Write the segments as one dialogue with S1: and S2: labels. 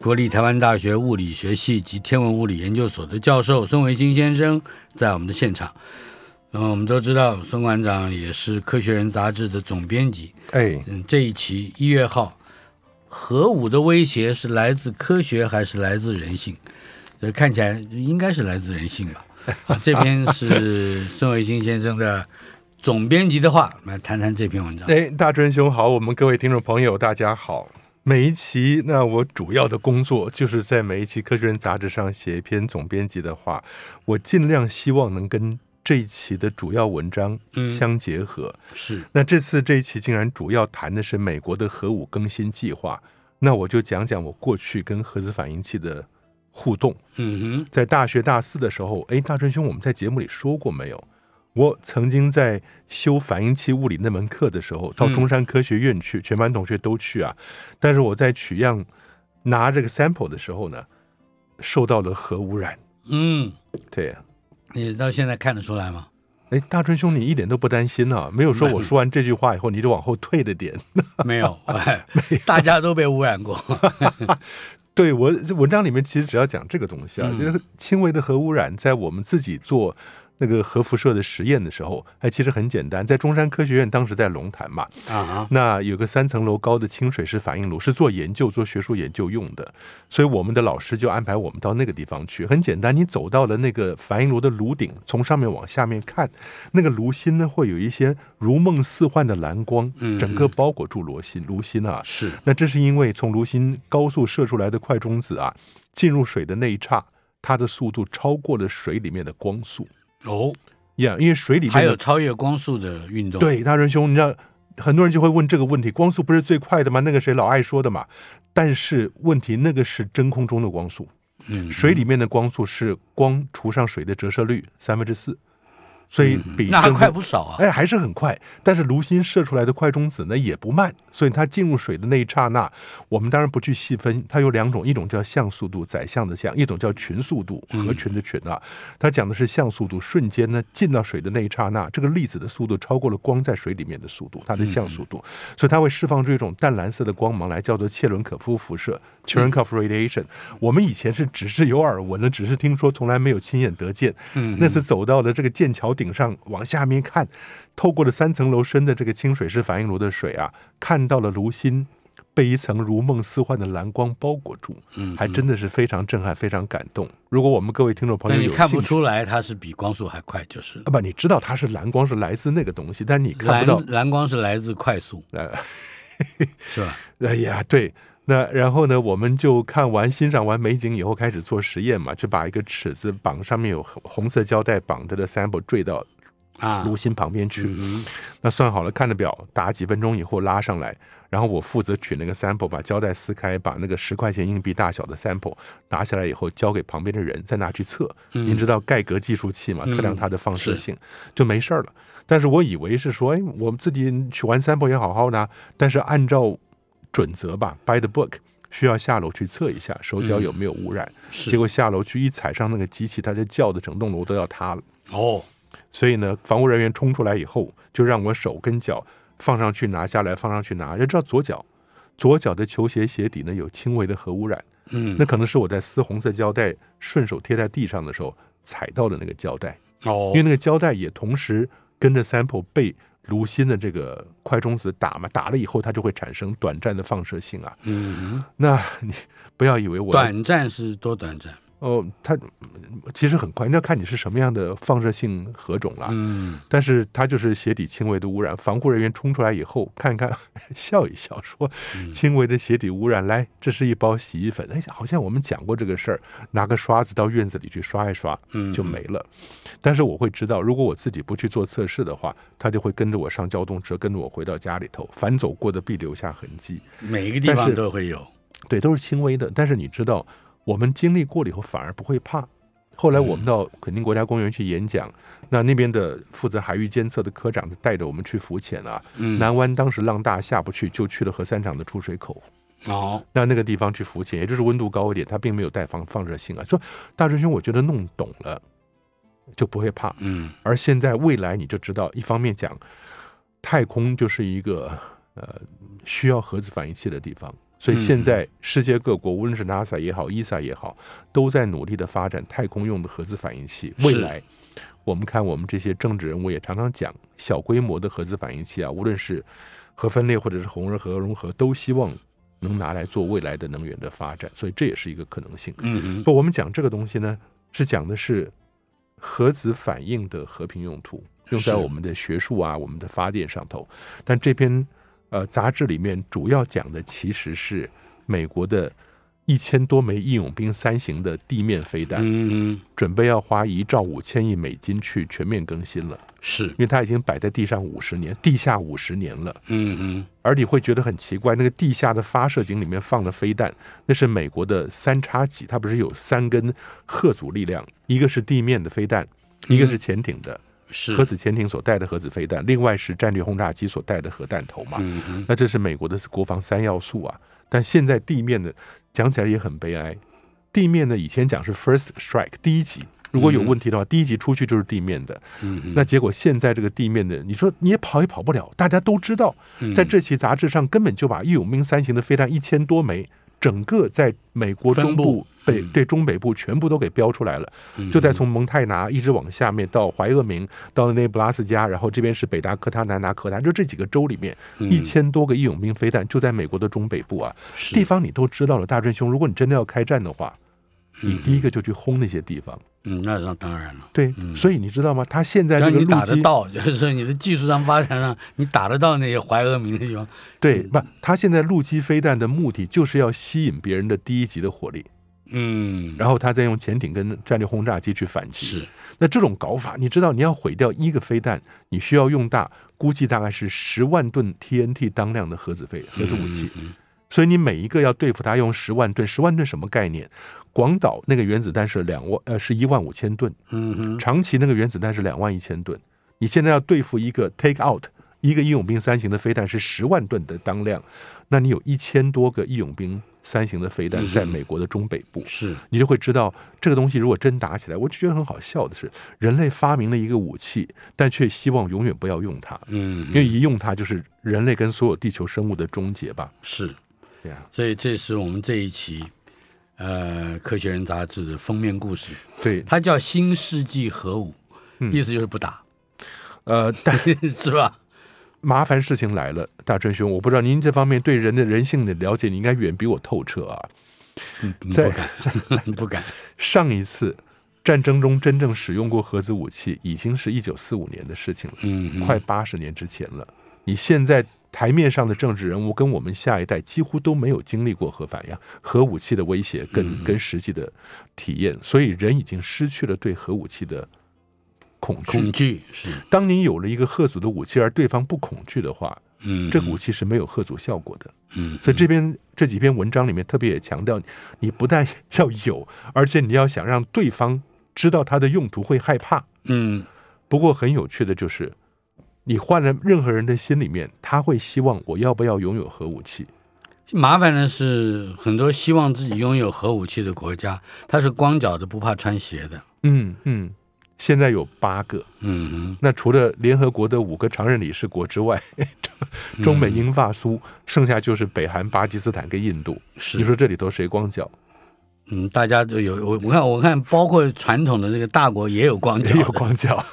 S1: 国立台湾大学物理学系及天文物理研究所的教授孙维新先生在我们的现场。嗯，我们都知道孙馆长也是《科学人》杂志的总编辑。
S2: 哎，
S1: 嗯，这一期一月号，核武的威胁是来自科学还是来自人性？呃，看起来应该是来自人性吧。啊，这篇是孙维新先生的总编辑的话，来谈谈这篇文章。
S2: 哎，大春兄好，我们各位听众朋友大家好。每一期，那我主要的工作就是在每一期《科学人》杂志上写一篇总编辑的话，我尽量希望能跟这一期的主要文章
S1: 嗯
S2: 相结合。
S1: 是，
S2: 那这次这一期竟然主要谈的是美国的核武更新计划，那我就讲讲我过去跟核子反应器的互动。
S1: 嗯哼，
S2: 在大学大四的时候，哎，大春兄，我们在节目里说过没有？我曾经在修反应器物理那门课的时候，到
S1: 嗯
S2: 中山科学院去，全班同学都去啊。但是我在取样拿这个 sample 的时候呢，受到了核污染。
S1: 嗯，
S2: 对，
S1: 你到现在看得出来吗？
S2: 哎，大春兄，你一点都不担心啊？没有说我说完这句话以后你就往后退了点。
S1: 没 有，哎大家都被污染过。
S2: 对我这文章里面其实只要讲这个东西啊，
S1: 嗯
S2: 就是轻微的核污染，在我们自己做那个核辐射的实验的时候，哎，其实很简单，在中山科学院当时在龙潭嘛，
S1: 啊哈，
S2: 那有个三层楼高的清水式反应炉，是做研究、做学术研究用的，所以我们的老师就安排我们到那个地方去。很简单，你走到了那个反应炉的炉顶，从上面往下面看，那个炉心呢会有一些如梦似幻的蓝光
S1: 嗯，
S2: 整个包裹住炉心。炉心啊，
S1: 是，
S2: 那这是因为从炉心高速射出来的快中子啊，进入水的那一刹，它的速度超过了水里面的光速
S1: 哦，
S2: 呀因为水里面
S1: 还
S2: 的
S1: 有超越光速的运动。，
S2: 对，大仁兄，你知道很多人就会问这个问题：光速不是最快的吗？那个谁老爱说的嘛。但是问题，那个是真空中的光速，
S1: 嗯，
S2: 水里面的光速是光除上水的折射率三分之四，所以比
S1: 嗯那还
S2: 真
S1: 快
S2: 空
S1: 不少啊。
S2: 哎，还是很快。但是炉心射出来的快中子呢，也不慢，所以它进入水的那一刹那，我们当然不去细分，它有两种，一种叫向速度，宰相的相；一种叫群速度，
S1: 嗯
S2: 合群的群啊。它讲的是向速度，瞬间呢进到水的那一刹那，这个粒子的速度超过了光在水里面的速度，它的向速
S1: 嗯
S2: 度，所以它会释放出一种淡蓝色的光芒来，叫做切伦可夫辐射 （Cherenkov radiation）。我们以前是只是有耳闻的，只是听说，从来没有亲眼得见。
S1: 嗯
S2: 那次走到了这个剑桥顶上，往下面看，透过了三层楼深的这个清水式反应炉的水啊，看到了炉心被一层如梦似幻的蓝光包裹住，
S1: 嗯，
S2: 还真的是非常震撼，非常感动。如果我们各位听众朋
S1: 但
S2: 友
S1: 你
S2: 有
S1: 看不
S2: 兴趣，
S1: 出来它是比光速还快，就是了
S2: 啊不，你知道它是蓝光是来自那个东西，但是你看
S1: 蓝
S2: 不到。
S1: 蓝光是来自快速，
S2: 呃，
S1: 是吧？
S2: 哎呀，对。那然后呢，我们就看完欣赏完美景以后，开始做实验嘛，就把一个尺子绑上面有红红色胶带绑着的 sample 坠到
S1: 啊，
S2: 炉心旁边去。
S1: 嗯
S2: 那算好了，看着表，打几分钟以后拉上来，然后我负责取那个 sample，把胶带撕开，把那个十块钱硬币大小的 sample 拿下来以后，交给旁边的人，再拿去测。
S1: 嗯
S2: 您知道盖格计数器嘛？
S1: 嗯
S2: 测量它的放射性、就没事儿了。但是我以为是说，哎，我们自己取完 sample 也好好的啊，但是按照准则吧，by the book，需要下楼去测一下手脚有没有污染。
S1: 嗯是
S2: 结果下楼去一踩上那个机器，它就叫的整栋楼都要塌了。
S1: 哦，
S2: 所以呢，防护人员冲出来以后，就让我手跟脚放上去拿下来，放上去拿。要知道左脚，左脚的球鞋鞋底呢有轻微的核污染，
S1: 嗯
S2: 那，可能是我在撕红色胶带顺手贴在地上的时候踩到的那个胶带，
S1: 哦
S2: 因为，那个胶带也同时跟着 sample 被炉心的这个快中子打嘛，打了以后它就会产生短暂的放射性啊。
S1: 嗯，
S2: 那你不要以为我
S1: 短暂是多短暂？
S2: 哦，它嗯其实很快，那要看你是什么样的放射性核种啦。
S1: 嗯，
S2: 但是它就是鞋底轻微的污染，防护人员冲出来以后，看看 笑一笑，说轻微的鞋底污染，来，这是一包洗衣粉。哎，好像我们讲过这个事儿，拿个刷子到院子里去刷一刷，
S1: 嗯
S2: 就没了。但是我会知道，如果我自己不去做测试的话，它就会跟着我上交通车，跟着我回到家里头，反走过的必留下痕迹。
S1: 每一个地
S2: 但
S1: 方
S2: 是
S1: 都会有，
S2: 对，都是轻微的。但是你知道，我们经历过了以后反而不会怕。后来我们到垦丁国家公园去演讲，那那边的负责海域监测的科长就带着我们去浮潜啊。
S1: 嗯，
S2: 南湾当时浪大下不去，就去了核三厂的出水口，
S1: 哦，
S2: 那那个地方去浮潜，也就是温度高一点，它并没有带放放射性啊。说大师兄，我觉得弄懂了就不会怕。
S1: 嗯
S2: 而现在未来你就知道，一方面讲，太空就是一个呃需要核子反应器的地方，所以现在世界各国无论是 NASA 也好，ESA 也好，都在努力的发展太空用的核子反应器。
S1: 是
S2: 未来，我们看我们这些政治人物也常常讲，小规模的核子反应器啊，无论是核分裂或者是红热核融合，都希望能拿来做未来的能源的发展，所以这也是一个可能性。
S1: 嗯
S2: 不，我们讲这个东西呢，是讲的是核子反应的和平用途，用在
S1: 是
S2: 我们的学术啊、我们的发电上头。但这篇呃杂志里面主要讲的其实是美国的一千多枚义勇兵三型的地面飞弹，
S1: 嗯嗯，
S2: 准备要花一兆五千亿美金去全面更新了，
S1: 是
S2: 因，为它已经摆在地上五十年，地下五十年了。
S1: 嗯
S2: 而你会觉得很奇怪，那个地下的发射井里面放的飞弹，那是美国的三叉戟，它不是有三根核阻力量，一个是地面的飞弹，
S1: 嗯
S2: 一个是潜艇的、
S1: 嗯，是
S2: 核，子潜艇所带的核子飞弹，另外是战略轰炸机所带的核弹头嘛。
S1: 嗯嗯，
S2: 那这是美国的国防三要素啊。但现在地面的讲起来也很悲哀，地面呢以前讲是 first strike 第一级，如果有问题的话，第一级出去就是地面的。
S1: 嗯
S2: 那结果现在这个地面的，你说你也跑也跑不了，大家都知道。
S1: 嗯
S2: 在这期杂志上根本就把义勇兵三型的飞弹一千多枚，整个在美国中
S1: 分布
S2: 部北
S1: 嗯
S2: 对中北部全部都给标出来了，就在从蒙泰拿一直往下面到怀俄明，到内布拉斯加，然后这边是北达科他、南达科他，就这几个州里面
S1: 嗯
S2: 一千多个义勇兵飞弹就在美国的中北部啊，地
S1: 方，
S2: 方你都知道了。大真兄，如果你真的要开战的话，你第一个就去轰那些地方。
S1: 嗯，那那当然了。
S2: 对，所以你知道吗？他现在这
S1: 但
S2: 个
S1: 嗯你
S2: 路
S1: 打得
S2: 基
S1: 到， 就是说你的技术上发展上，你打得到那些怀俄明的地方，
S2: 对，
S1: 嗯
S2: 不，他现在陆基飞弹的目的就是要吸引别人的第一级的火力，
S1: 嗯，
S2: 然后他再用潜艇跟战略轰炸机去反击。
S1: 是，
S2: 那这种搞法，你知道，你要毁掉一个飞弹，你需要用大估计大概是十万吨 TNT 当量的核子飞核子武
S1: 嗯
S2: 器，所以你每一个要对付它用十万吨，十万吨什么概念？广岛那个原子弹是两万呃是一万五千吨，
S1: 嗯哼，
S2: 长崎那个原子弹是两万一千吨，你现在要对付一个 take out 一个义勇兵三型的飞弹是十万吨的当量，那你有一千多个义勇兵三型的飞弹在美国的中北部，
S1: 是，
S2: 你就会知道这个东西如果真打起来，我就觉得很好笑的是，人类发明了一个武器，但却希望永远不要用它，
S1: 嗯，
S2: 因为一用它就是人类跟所有地球生物的终结吧。
S1: 是，
S2: 对啊，
S1: 所以这是我们这一期呃《科学人》杂志的封面故事，
S2: 对，
S1: 它叫“新世纪核武”，
S2: 嗯
S1: 意思就是不打，
S2: 呃，但
S1: 是吧？
S2: 麻烦事情来了，大真兄，我不知道您这方面对人的人性的了解，你应该远比我透彻啊。
S1: 嗯
S2: 在
S1: 不敢，不敢，
S2: 上一次战争中真正使用过核子武器，已经是一九四五年的事情了，
S1: 嗯，
S2: 快八十年之前了。你现在台面上的政治人物跟我们下一代几乎都没有经历过核反应、核武器的威胁
S1: 嗯
S2: 跟跟实际的体验，所以人已经失去了对核武器的恐
S1: 恐
S2: 惧。
S1: 惧是，
S2: 当你有了一个核组的武器，而对方不恐惧的话，
S1: 嗯，
S2: 这个武器是没有核组效果的。
S1: 嗯，
S2: 所以这边这几篇文章里面特别也强调，你不但 要有，而且你要想让对方知道它的用途会害怕。
S1: 嗯，
S2: 不过很有趣的就是，你换了任何人的心里面，他会希望我要不要拥有核武器？
S1: 麻烦的是，很多希望自己拥有核武器的国家，它是光脚的，不怕穿鞋的。
S2: 嗯嗯，现在有八个，
S1: 嗯
S2: 那除了联合国的五个常任理事国之外，
S1: 嗯
S2: 中中美英法苏，剩下就是北韩、巴基斯坦跟印度。
S1: 哼，是
S2: 你说这里头谁光脚？
S1: 嗯，大家都有我我看我看，包括传统的这个大国也有光脚
S2: 也有
S1: 的，
S2: 光脚。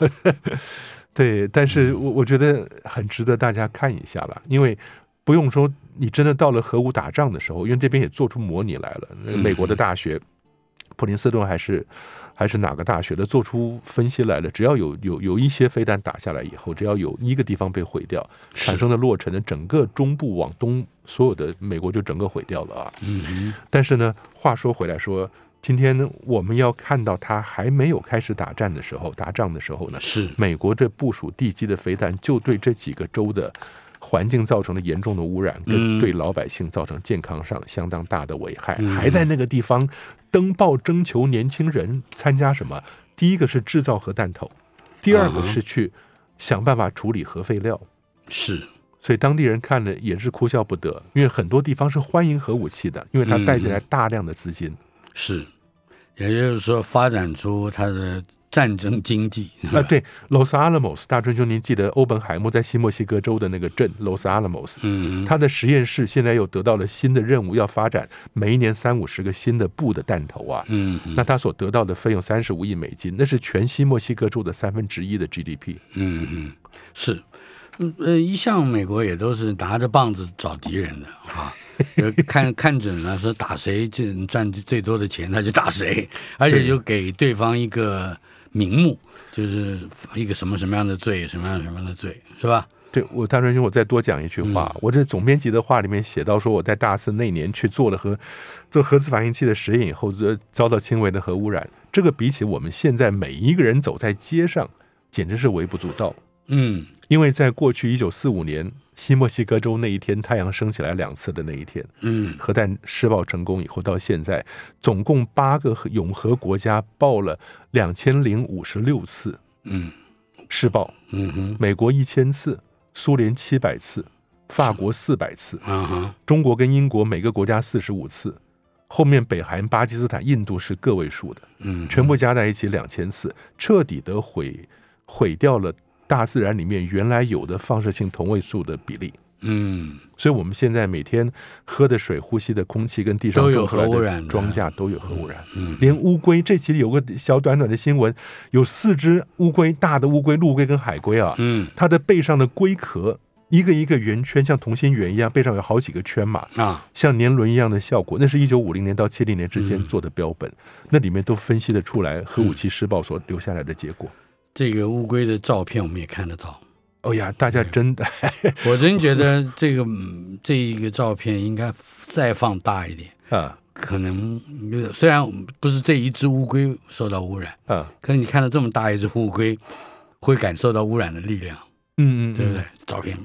S2: 对，但是我我觉得很值得大家看一下啦，因为不用说，呃
S1: 嗯
S2: 你真的到了核武打仗的时候，因为这边也做出模拟来了，那个美国的大学。普林斯顿还是还是哪个大学的做出分析来了，只要有有有一些飞弹打下来以后，只要有一个地方被毁掉，
S1: 是
S2: 产生的落尘的整个中部往东所有的美国就整个毁掉了啊。
S1: 嗯哼，
S2: 但是呢，话说回来说，今天我们要看到他还没有开始打战的时候，打仗的时候呢，
S1: 是
S2: 美国这部署地基的飞弹就对这几个州的环境造成了严重的污染，
S1: 嗯
S2: 跟对老百姓造成健康上相当大的危害，
S1: 嗯
S2: 还在那个地方登报征求年轻人参加什么？第一个是制造核弹头，第二
S1: 啊
S2: 个
S1: 哈
S2: 是去想办法处理核废料。
S1: 是，
S2: 所以当地人看了也是哭笑不得，因为很多地方是欢迎核武器的，因为
S1: 嗯
S2: 它带进来大量的资金。
S1: 是，也就是说，发展出它的战争经济
S2: 啊，对，Los Alamos，大春兄，您记得欧本海默在新墨西哥州的那个镇 Los Alamos，
S1: 嗯，
S2: 他的实验室现在又得到了新的任务，要发展每一年三五十个新的布的弹头啊。
S1: 嗯哼
S2: 那他所得到的费用三十五亿美金，那是全新墨西哥州的三分之一的 GDP。
S1: 嗯嗯，是，嗯呃，一向美国也都是拿着棒子找敌人的 啊，就看看准了说打谁这赚最多的钱，他就打谁，而且就给对方一个名目，就是一个什么什么样的罪，什么样什么样的罪，是吧？
S2: 对我，大春兄，我再多讲一句话。我这总编辑的话里面写到说，我在大四那年去做了核做核子反应器的实验以后，遭遭到轻微的核污染。这个比起我们现在每一个人走在街上，简直是微不足道。
S1: 嗯
S2: 因为在过去一九四五年西墨西哥州那一天太阳升起来两次的那一天，
S1: 嗯
S2: 核弹试爆成功以后到现在，总共八个核永和国家爆了两千零五十六次
S1: 嗯
S2: 试爆，
S1: 嗯哼
S2: 美国一千次，苏联七百次，法国四百次，
S1: 啊哈
S2: 中国跟英国每个国家四十五次，后面北韩、巴基斯坦、印度是个位数的，
S1: 嗯
S2: 全部加在一起两千次，彻底的毁毁掉了大自然里面原来有的放射性同位素的比例。
S1: 嗯
S2: 所以我们现在每天喝的水、呼吸的空气跟地上
S1: 都有
S2: 种出来
S1: 核污
S2: 的
S1: 染的
S2: 庄稼都有核污染。
S1: 嗯
S2: 连乌龟，这期有个小短短的新闻，有四只乌龟，大的乌龟、陆龟跟海龟啊，
S1: 嗯
S2: 它的背上的龟壳一个一个圆圈，像同心圆一样，背上有好几个圈嘛，
S1: 啊
S2: 像年轮一样的效果。那是一九五零年到七零年之间
S1: 嗯
S2: 做的标本，那里面都分析得出来核武器试爆所留下来的结果。
S1: 这个乌龟的照片我们也看得到，
S2: 哦呀，大家真的，
S1: 我真觉得这个嗯这一个照片应该再放大一点。
S2: 啊
S1: 可能呃虽然不是这一只乌龟受到污染，
S2: 啊，
S1: 可是你看到这么大一只乌龟，会感受到污染的力量，
S2: 嗯嗯，
S1: 对不对？？照片，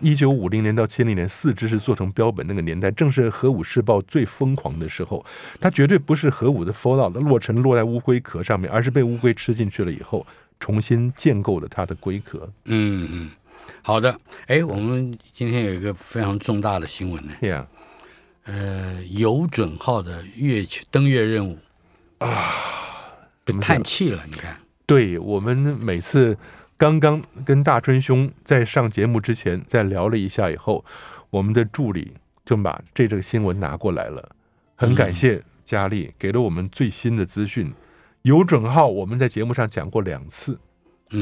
S2: 一九五零年到七零年，四只是做成标本那个年代，正是核武试爆最疯狂的时候。它绝对不是核武的 fallout 落成落在乌龟壳上面，而是被乌龟吃进去了以后，重新建构了它的龟壳。
S1: 嗯嗯，好的。哎，我们今天有一个非常重大的新闻呢，
S2: 哎呀、
S1: 呃，有准号的月球登月任务啊，被叹气了，你看，
S2: 对我们每次刚刚跟大春兄在上节目之前再聊了一下以后，我们的助理就把这这个新闻拿过来了，很感谢佳丽给了我们最新的资讯。有准号我们在节目上讲过两次。
S1: 嗯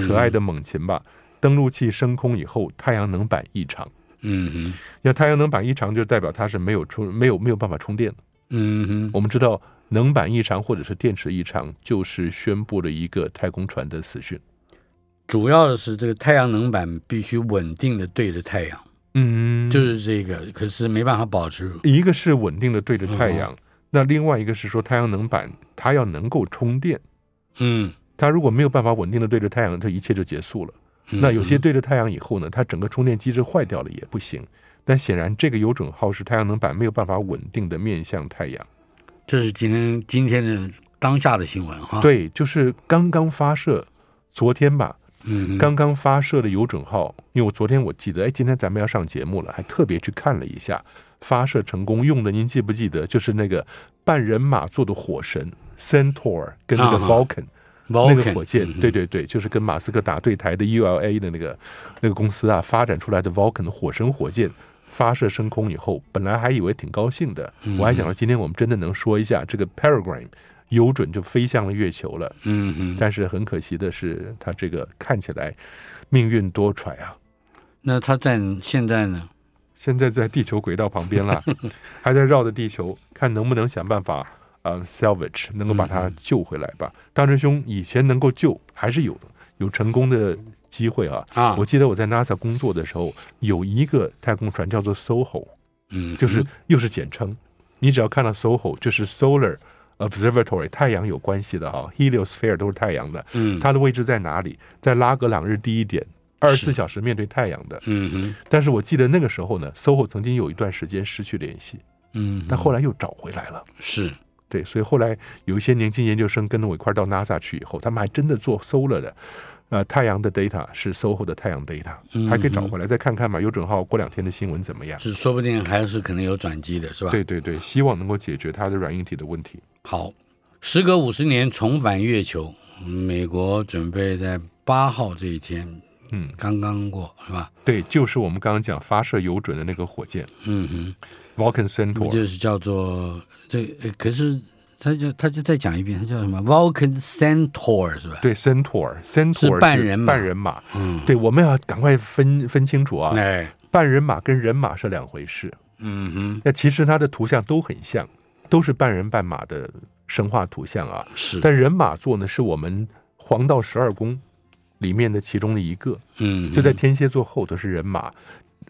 S2: 可爱，的猛禽吧。登陆器升空以后，太阳能板异常。
S1: 嗯哼，
S2: 要太阳能板异常，就代表它是没有充、没有没有办法充电的。
S1: 嗯哼，
S2: 我们知道，能板异常或者是电池异常，就是宣布了一个太空船的死讯。
S1: 主要的是这个太阳能板必须稳定的对着太阳，
S2: 嗯
S1: 就是是这个，可是没办法保持，
S2: 一个是稳定的对着太阳，那另外一个是说太阳能板它要能够充电。
S1: 嗯。
S2: 它如果没有办法稳定的对着太阳，这一切就结束了。
S1: 嗯
S2: 那有些对着太阳以后呢，它整个充电机制坏掉了也不行。但显然，这个有准号是太阳能板没有办法稳定的面向太阳。
S1: 这是今天今天的当下的新闻哈。，
S2: 对，就是刚刚发射，昨天吧，
S1: 嗯，
S2: 刚刚发射的有准号，因为我昨天我记得，哎，今天咱们要上节目了，还特别去看了一下，发射成功用的，您记不记得？就是那个半人马座的火神 Centaur 跟那个
S1: 啊
S2: Vulcan、
S1: 那
S2: 那个火
S1: 嗯
S2: 箭，对对对，就是跟马斯克打对台的 ULA 的那个那个公司啊发展出来的 Vulcan 火神火箭。发射升空以后，本来还以为挺高兴的，
S1: 嗯
S2: 我还想到今天我们真的能说一下这个 Peregrine 有准就飞向了月球了。
S1: 嗯哼，
S2: 但是很可惜的是，他这个看起来命运多舛啊！
S1: 那它在现在呢？
S2: 现在在地球轨道旁边了，还在绕着地球，看能不能想办法啊、呃 salvage，能够把
S1: 嗯
S2: 它救回来吧。大真兄以前能够救还是有的，有成功的机会啊。
S1: 啊
S2: 我记得我在 NASA 工作的时候，有一个太空船叫做 SOHO，
S1: 嗯，
S2: 就是又是简称。你只要看到 SOHO，就是 Solar Observatory 太阳有关系的哈、heliosphere 都是太阳的。
S1: 嗯，
S2: 它的位置在哪里？在拉格朗日第一点，二十四小时面对太阳的。
S1: 嗯哼，
S2: 但是我记得那个时候呢，SOHO 曾经有一段时间失去联系，
S1: 嗯哼，
S2: 但后来又找回来了。
S1: 是
S2: 对，所以后来有一些年轻研究生跟着我一块儿到 NASA 去以后，他们还真的做搜了的。呃，太阳的 data 是 SOHO 的太阳 data，还可以找回来，再看看嘛。有准号过两天的新闻怎么样？
S1: 嗯是，说不定还是可能有转机的，是吧？
S2: 对对对，希望能够解决它的软硬体的问题。
S1: 好，时隔五十年重返月球，美国准备在八号这一天
S2: 嗯，
S1: 刚刚过，是吧？
S2: 对，就是我们刚刚讲发射有准的那个火箭
S1: 嗯哼，
S2: Vulcan Centaur，
S1: 就是叫做这，呃可是他就他就再讲一遍，他叫什么？Vulcan Centaur 是吧？
S2: 对 Centaur，Centaur 是
S1: 半人马
S2: 半人马。
S1: 嗯，
S2: 对，我们要赶快分分清楚啊，
S1: 哎，
S2: 半人马跟人马是两回事。
S1: 嗯哼，
S2: 那其实它的图像都很像，都是半人半马的神话图像啊。
S1: 是，
S2: 但人马座呢，是我们黄道十二宫里面的其中的一个，
S1: 嗯哼，
S2: 就在天蝎座后头是人马。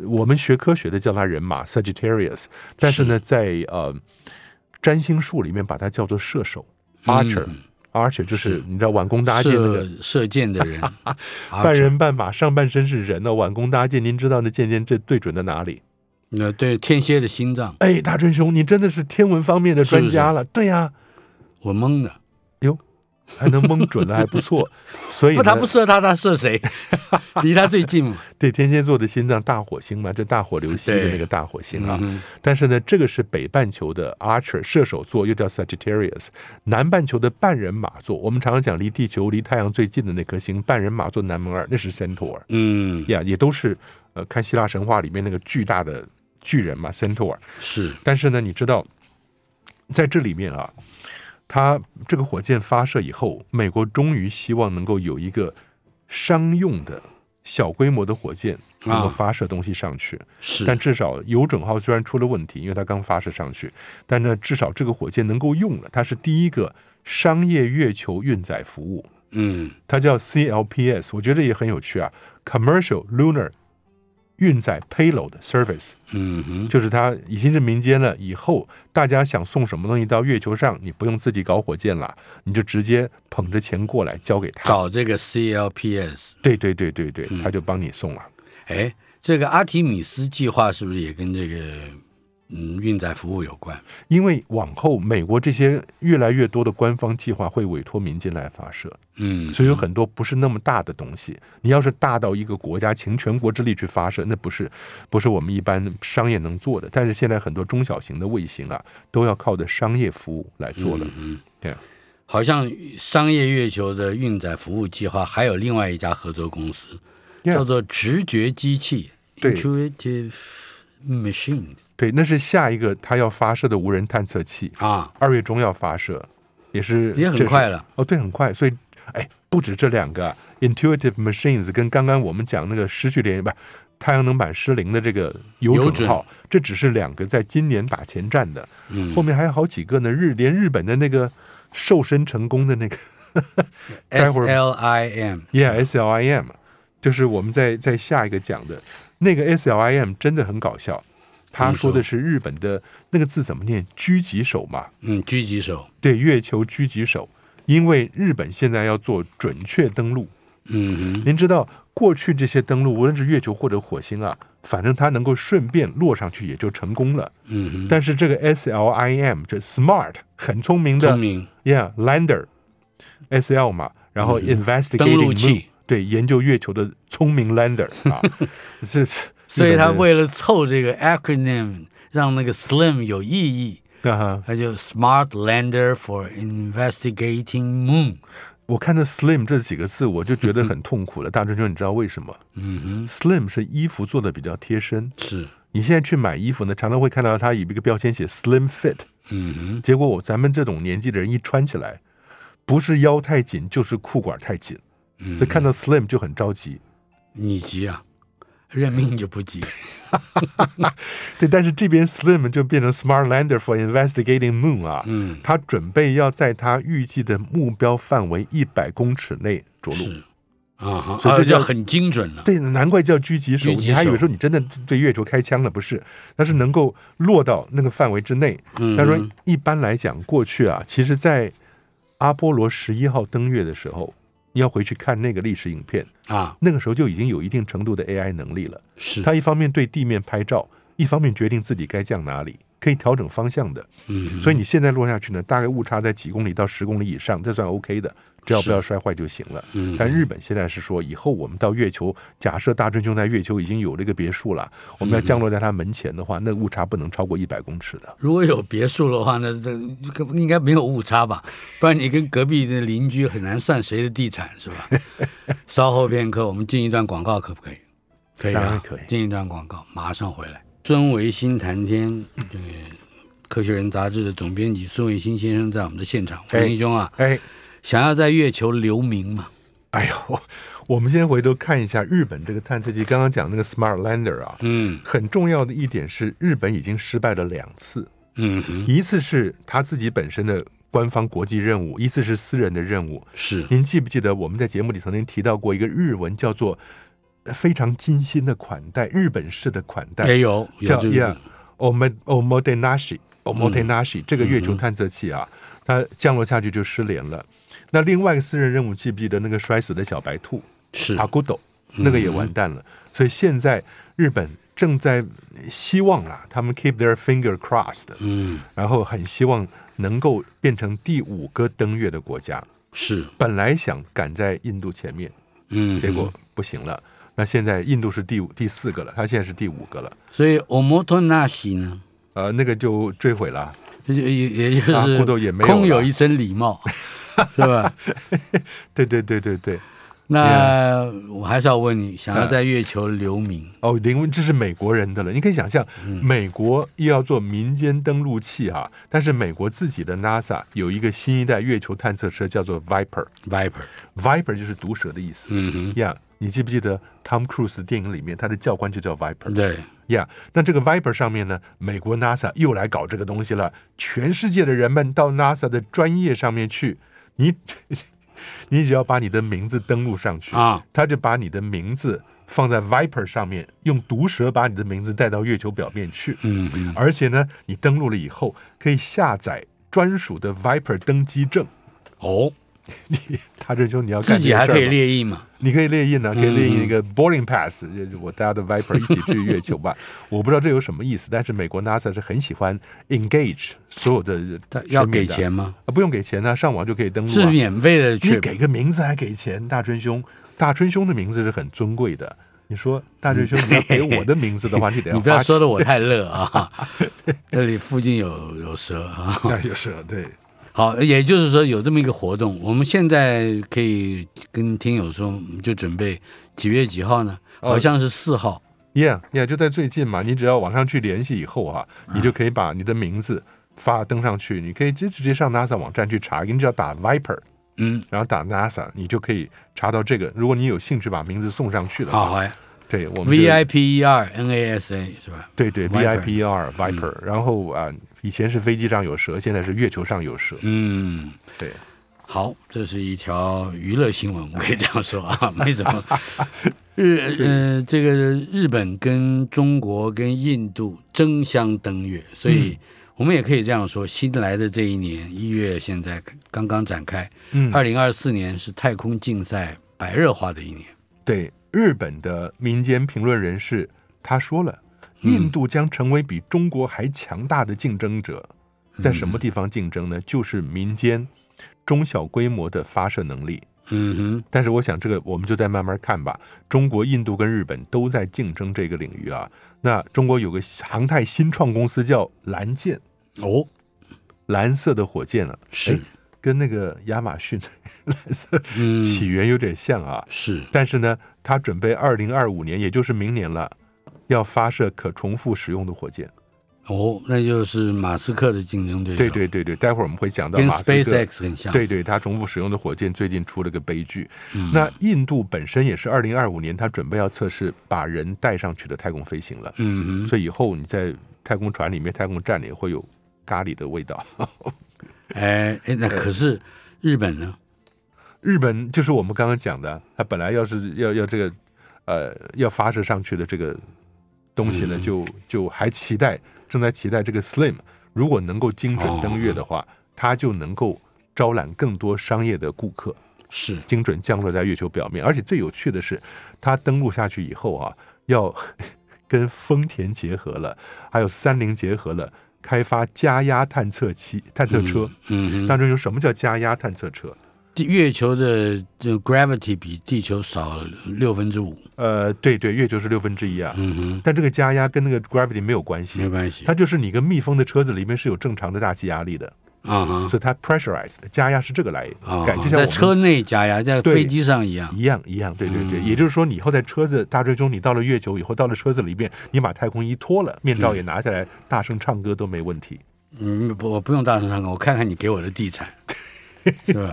S2: 我们学科学的叫它人马 Sagittarius，但是呢，在呃占星术里面把它叫做射手
S1: 嗯
S2: Archer，Archer、Archer 就是
S1: 是
S2: 你知道挽弓搭箭那个。
S1: 射射箭的 人，啊
S2: 半人半马，上半身是人呢、挽弓搭箭。您知道那箭箭这对准的哪里？
S1: 呃，对天蝎的心脏，
S2: 哎，大真兄，你真的是天文方面的专家了。对呀、
S1: 我懵的，
S2: 还能蒙准了，还 不错。所以
S1: 不，
S2: 呢
S1: 他不射他，他射 谁？离他最近嘛。
S2: 对天蝎座的心脏大火星嘛，就大火流星的
S1: 对
S2: 那个大火星啊。
S1: 嗯哼
S2: 但是呢，这个是北半球的 Archer 射手座，又叫 Sagittarius；南半球的半人马座，我们常常讲离地球、离太阳最近的那颗星，半人马座南门二，那是 Centaur
S1: 嗯，
S2: 呀，也都是呃，看希腊神话里面那个巨大的巨人嘛，Centaur。
S1: 是，
S2: 但是呢，你知道，在这里面啊，它这个火箭发射以后，美国终于希望能够有一个商用的小规模的火箭能够发射东西上去。
S1: 啊是，
S2: 但至少有准号虽然出了问题，因为它刚发射上去，但呢，至少这个火箭能够用了，它是第一个商业月球运载服务。
S1: 嗯
S2: 它叫 CLPS，我觉得也很有趣啊，Commercial Lunar 运载 Payload Service。
S1: 嗯哼，
S2: 就是它已经是民间了，以后大家想送什么东西到月球上，你不用自己搞火箭了，你就直接捧着钱过来交给他。
S1: 找这嗯个 CLPS，
S2: 对对对对对，他就帮你送了。
S1: 哎，这个阿提米斯计划是不是也跟这个嗯运载服务有关？
S2: 因为往后美国这些越来越多的官方计划会委托民间来发射，
S1: 嗯，
S2: 所以有很多不是那么大的东西。你要是大到一个国家倾全国之力去发射，那不是不是我们一般商业能做的。但是现在很多中小型的卫星啊，都要靠着商业服务来做
S1: 嗯
S2: 了。
S1: 好像商业月球的运载服务计划还有另外一家合作公司
S2: Yeah
S1: 叫做直觉机器
S2: 对
S1: （Intuitive Machines）
S2: 对，那是下一个他要发射的无人探测器。
S1: 啊，
S2: 二月中要发射，也是
S1: 也很
S2: 这是
S1: 快了。
S2: 哦，对，很快。所以，哎，不止这两个啊，Intuitive Machines 跟刚刚我们讲那个失去联不太阳能板失灵的这个
S1: 有
S2: 有
S1: 准
S2: 准号，这只是两个在今年打前站的，
S1: 嗯
S2: 后面还有好几个呢。日连日本的那个瘦身成功的那个待
S1: ，S
S2: 会儿
S1: ，E L I M，
S2: ，Yeah SLIM，就是我们在在下一个讲的那个 SLIM 真的很搞笑。他
S1: 怎么说
S2: 说的是日本的那个字怎么念？狙击手嘛，
S1: 嗯，狙击手，
S2: 对月球狙击手，因为日本现在要做准确登陆。
S1: 嗯哼，
S2: 您知道，过去这些登陆，无论是月球或者火星啊，反正它能够顺便落上去，也就成功了。
S1: 嗯哼，
S2: 但是这个 SLIM 这 Smart 很聪明
S1: 聪
S2: 的
S1: 明，
S2: ，Yeah Lander SL 嘛，然后
S1: 嗯登
S2: Investigating
S1: 陆
S2: Moon，
S1: 器，
S2: 对，研究月球的聪明 Lander 啊，这是
S1: 所以他
S2: 日本
S1: 为了凑这个 acronym，让那个 slim 有意义，
S2: 人啊哈，
S1: 他就 Smart Lander for Investigating Moon。
S2: 我看到 Slim 这几个字，我就觉得很痛苦了。大春兄，你知道为什么
S1: 嗯哼，
S2: ？Slim 是衣服做的比较贴身，
S1: 是，
S2: 你现在去买衣服呢，常常会看到它以一个标签写 slim fit，
S1: 嗯哼，
S2: 结果我咱们这种年纪的人一穿起来，不是腰太紧就是裤管太紧，
S1: 嗯
S2: 所以看到 slim 就很着急。
S1: 你急啊？任命就不急。
S2: 对，但是这边 Slim 就变成 Smart Lander for Investigating Moon 啊，
S1: 嗯，
S2: 他准备要在他预计的目标范围一百公尺内着陆。
S1: 是啊哈，
S2: 所以这
S1: 啊就
S2: 叫
S1: 很精准了。
S2: 对，难怪叫狙击手，
S1: 狙击
S2: 你还以为
S1: 手
S2: 说你真的对月球开枪了，不是？但是能够落到那个范围之内。
S1: 嗯
S2: 他说，一般来讲，过去啊，其实，在阿波罗十一号登月的时候，你要回去看那个历史影片，
S1: 啊，
S2: 那个时候就已经有一定程度的 AI 能力了。
S1: 是，
S2: 它一方面对地面拍照，一方面决定自己该降哪里，可以调整方向的。
S1: 嗯，
S2: 所以你现在落下去呢，大概误差在几公里到十公里以上，这算 OK 的，只要不要摔坏就行了。
S1: 嗯
S2: 但日本现在是说，以后我们到月球，假设大真兄在月球已经有这个别墅了，我们要降落在他门前的话，那误差不能超过一百公尺的。
S1: 如果有别墅的话，那这应该没有误差吧？不然你跟隔壁的邻居很难算谁的地产是 吧？稍后片刻，我们进一段广告，可不可以？可以
S2: 当然
S1: 啊，
S2: 可以
S1: 进一段广告，马上回来。孙维新谈天，这个《科学人》杂志的总编辑孙维新先生在我们的现场。
S2: 哎
S1: 维新兄啊，
S2: 哎，
S1: 想要在月球留名嘛？
S2: 哎呦，我们先回头看一下日本这个探测器，刚刚讲那个 Smart Lander 啊，
S1: 嗯
S2: 很重要的一点是，日本已经失败了两次。
S1: 嗯哼，
S2: 一次是他自己本身的官方国际任务，一次是私人的任务。
S1: 是
S2: 您记不记得我们在节目里曾经提到过一个日文叫做呃非常精心的款待，日本式的款待
S1: 也有哎有
S2: 叫
S1: 这个
S2: yeah，omod omodenashi
S1: 嗯
S2: omodenashi、这个月球探测器啊，它降落下去就失联了。那另外一个私人任务，记不记得那个摔死的小白兔？
S1: 是嗯
S2: 阿古斗，那个也完蛋了。所以现在日本正在呃希望啦，他们 keep their finger crossed，
S1: 嗯
S2: 然后很希望能够变成第五个登月的国家。
S1: 是
S2: 本来想赶在印度前面，
S1: 嗯，
S2: 结果不行了。那现在印度是第五、第四个了，它现在是第五个了。
S1: 所以 omotonashi 呢？
S2: 呃，那个就坠毁了。
S1: 也也也就
S2: 啊
S1: 是
S2: 骨头也没有了
S1: 空有一身礼 貌，是吧？
S2: 对对对对对。
S1: 那我还是要问你，想要在月球留名，
S2: 哦，林文这是美国人的了。你可以想象，
S1: 嗯
S2: 美国又要做民间登陆器啊，但是美国自己的 NASA 有一个新一代月球探测车叫做 Viper，Viper
S1: Viper，
S2: 就是毒蛇的意思。
S1: 嗯
S2: 呀、你记不记得 Tom Cruise 的电影里面，他的教官就叫 Viper？
S1: 哼，对，
S2: 呀那这个 Viper 上面呢，美国 NASA 又来搞这个东西了。全世界的人们到 NASA 的专业上面去，你 你只要把你的名字登录上去
S1: 啊，
S2: 他就把你的名字放在 Viper 上面，用毒蛇把你的名字带到月球表面去。
S1: 嗯哼，
S2: 而且呢，你登录了以后可以下载专属的 Viper 登机证。
S1: 哦，
S2: 你他这就你要干
S1: 自己
S2: 这个
S1: 还
S2: 事儿
S1: 可以
S2: 吗
S1: 列印嘛，
S2: 你可以列
S1: 嗯
S2: 印呢、啊可以列印一个 boarding pass，、就是我大 家的 Viper 一起去月球吧。我不知道这有什么意思，但是美国 NASA 是很喜欢 engage 所有的人
S1: 他要
S2: 全民
S1: 给
S2: 的
S1: 钱吗？
S2: 啊，不用给钱呢、上网就可以登录、
S1: 是
S2: 啊。
S1: 免费的
S2: 你
S1: 去，
S2: 给个名字还给钱，大春兄，大春兄的名字是很尊贵的。你说大春兄，你要给我的名字的话，你 得
S1: 你
S2: 要
S1: 不要
S2: 花钱
S1: 说的我太乐 啊，这里附近有有蛇啊，
S2: 那就是对，
S1: 好，也就是说有这么一个活动，我们现在可以跟听友说，我们就准备几月几号呢？
S2: 哦
S1: 好像是四号，
S2: Yeah, yeah，就在最近嘛，你只要往上去联系以后啊，
S1: 嗯
S2: 你就可以把你的名字发登上去，你可以直直接上 NASA 网站去查，你只要打 Viper，
S1: 嗯，
S2: 然后打 NASA，你就可以查到这个。如果你有兴趣把名字送上去的
S1: 好
S2: 话，
S1: 好呀。
S2: 对我们就
S1: VIP 一二 NASA 是吧？
S2: 对对
S1: Viper
S2: VIPR Viper，、然后啊、以前是飞机上有蛇，现在是月球上有蛇。
S1: 嗯，
S2: 对，
S1: 好，这是一条娱乐新闻，我可以这样说 啊，没什么。日呃，这个日本跟中国跟印度争相登月，所以
S2: 嗯
S1: 我们也可以这样说，新来的这一年一月现在刚刚展开，
S2: 嗯，
S1: 二零二四年是太空竞赛白热化的一年。
S2: 对，日本的民间评论人士他说了，印度将成为比中国还强大的竞争者。在什么地方竞争呢？就是民间中小规模的发射能力。
S1: 嗯
S2: 但是我想，这个我们就再慢慢看吧。中国、印度跟日本都在竞争这个领域啊。那中国有个航太新创公司叫蓝箭，
S1: 哼，哦，
S2: 蓝色的火箭啊，
S1: 是
S2: 哎跟那个亚马逊蓝色
S1: 嗯，
S2: 起源有点像啊。
S1: 是
S2: 但是呢，他准备二零二五年，也就是明年了，要发射可重复使用的火箭。
S1: 哦，那就是马斯克的竞争对手，
S2: 对对对对，待会儿我们会讲到
S1: 跟
S2: 马斯克
S1: SpaceX 很像，
S2: 对对，它重复使用的火箭最近出了个悲剧。
S1: 嗯
S2: 那印度本身也是二零二五年，它准备要测试把人带上去的太空飞行了，
S1: 嗯哼，
S2: 所以以后你在太空船里面、太空站里会有咖喱的味道。
S1: 哎哎，那可是日本呢？
S2: 日本就是我们刚刚讲的，它本来要是要要这个呃要发射上去的这个东西呢，就就还期待正在期待这个 Slim 如果能够精准登月的话，它就能够招揽更多商业的顾客。
S1: 是
S2: 精准降落在月球表面。而且最有趣的是，它登陆下去以后啊，要 跟丰田结合了，还有三菱结合了，开发加压探测器、探测车。
S1: 嗯哼，
S2: 当中有什么叫加压探测车？
S1: 地月球的这 gravity 比地球少六分之五，
S2: 呃，对对，月球是六分之一啊。
S1: 嗯哼，
S2: 但这个加压跟那个 gravity 没有关
S1: 没
S2: 系，
S1: 关系，
S2: 它就是你一个密封的车子里面是有正常的大气压力的，
S1: 啊哈
S2: 所以它 pressurized 加压是这个来
S1: 啊
S2: 感，
S1: 哈
S2: 就像我
S1: 在
S2: 们
S1: 车内加压，在
S2: 对
S1: 飞机上一样，
S2: 一样一样，对对对，也就是说，你以后在车子大追踪，你到了月球以后，到了车子里面，你把太空衣脱了，面罩也拿下来，大声唱歌都没问题。
S1: 嗯，不，我不用大声唱歌，我看看你给我的地 产，是吧？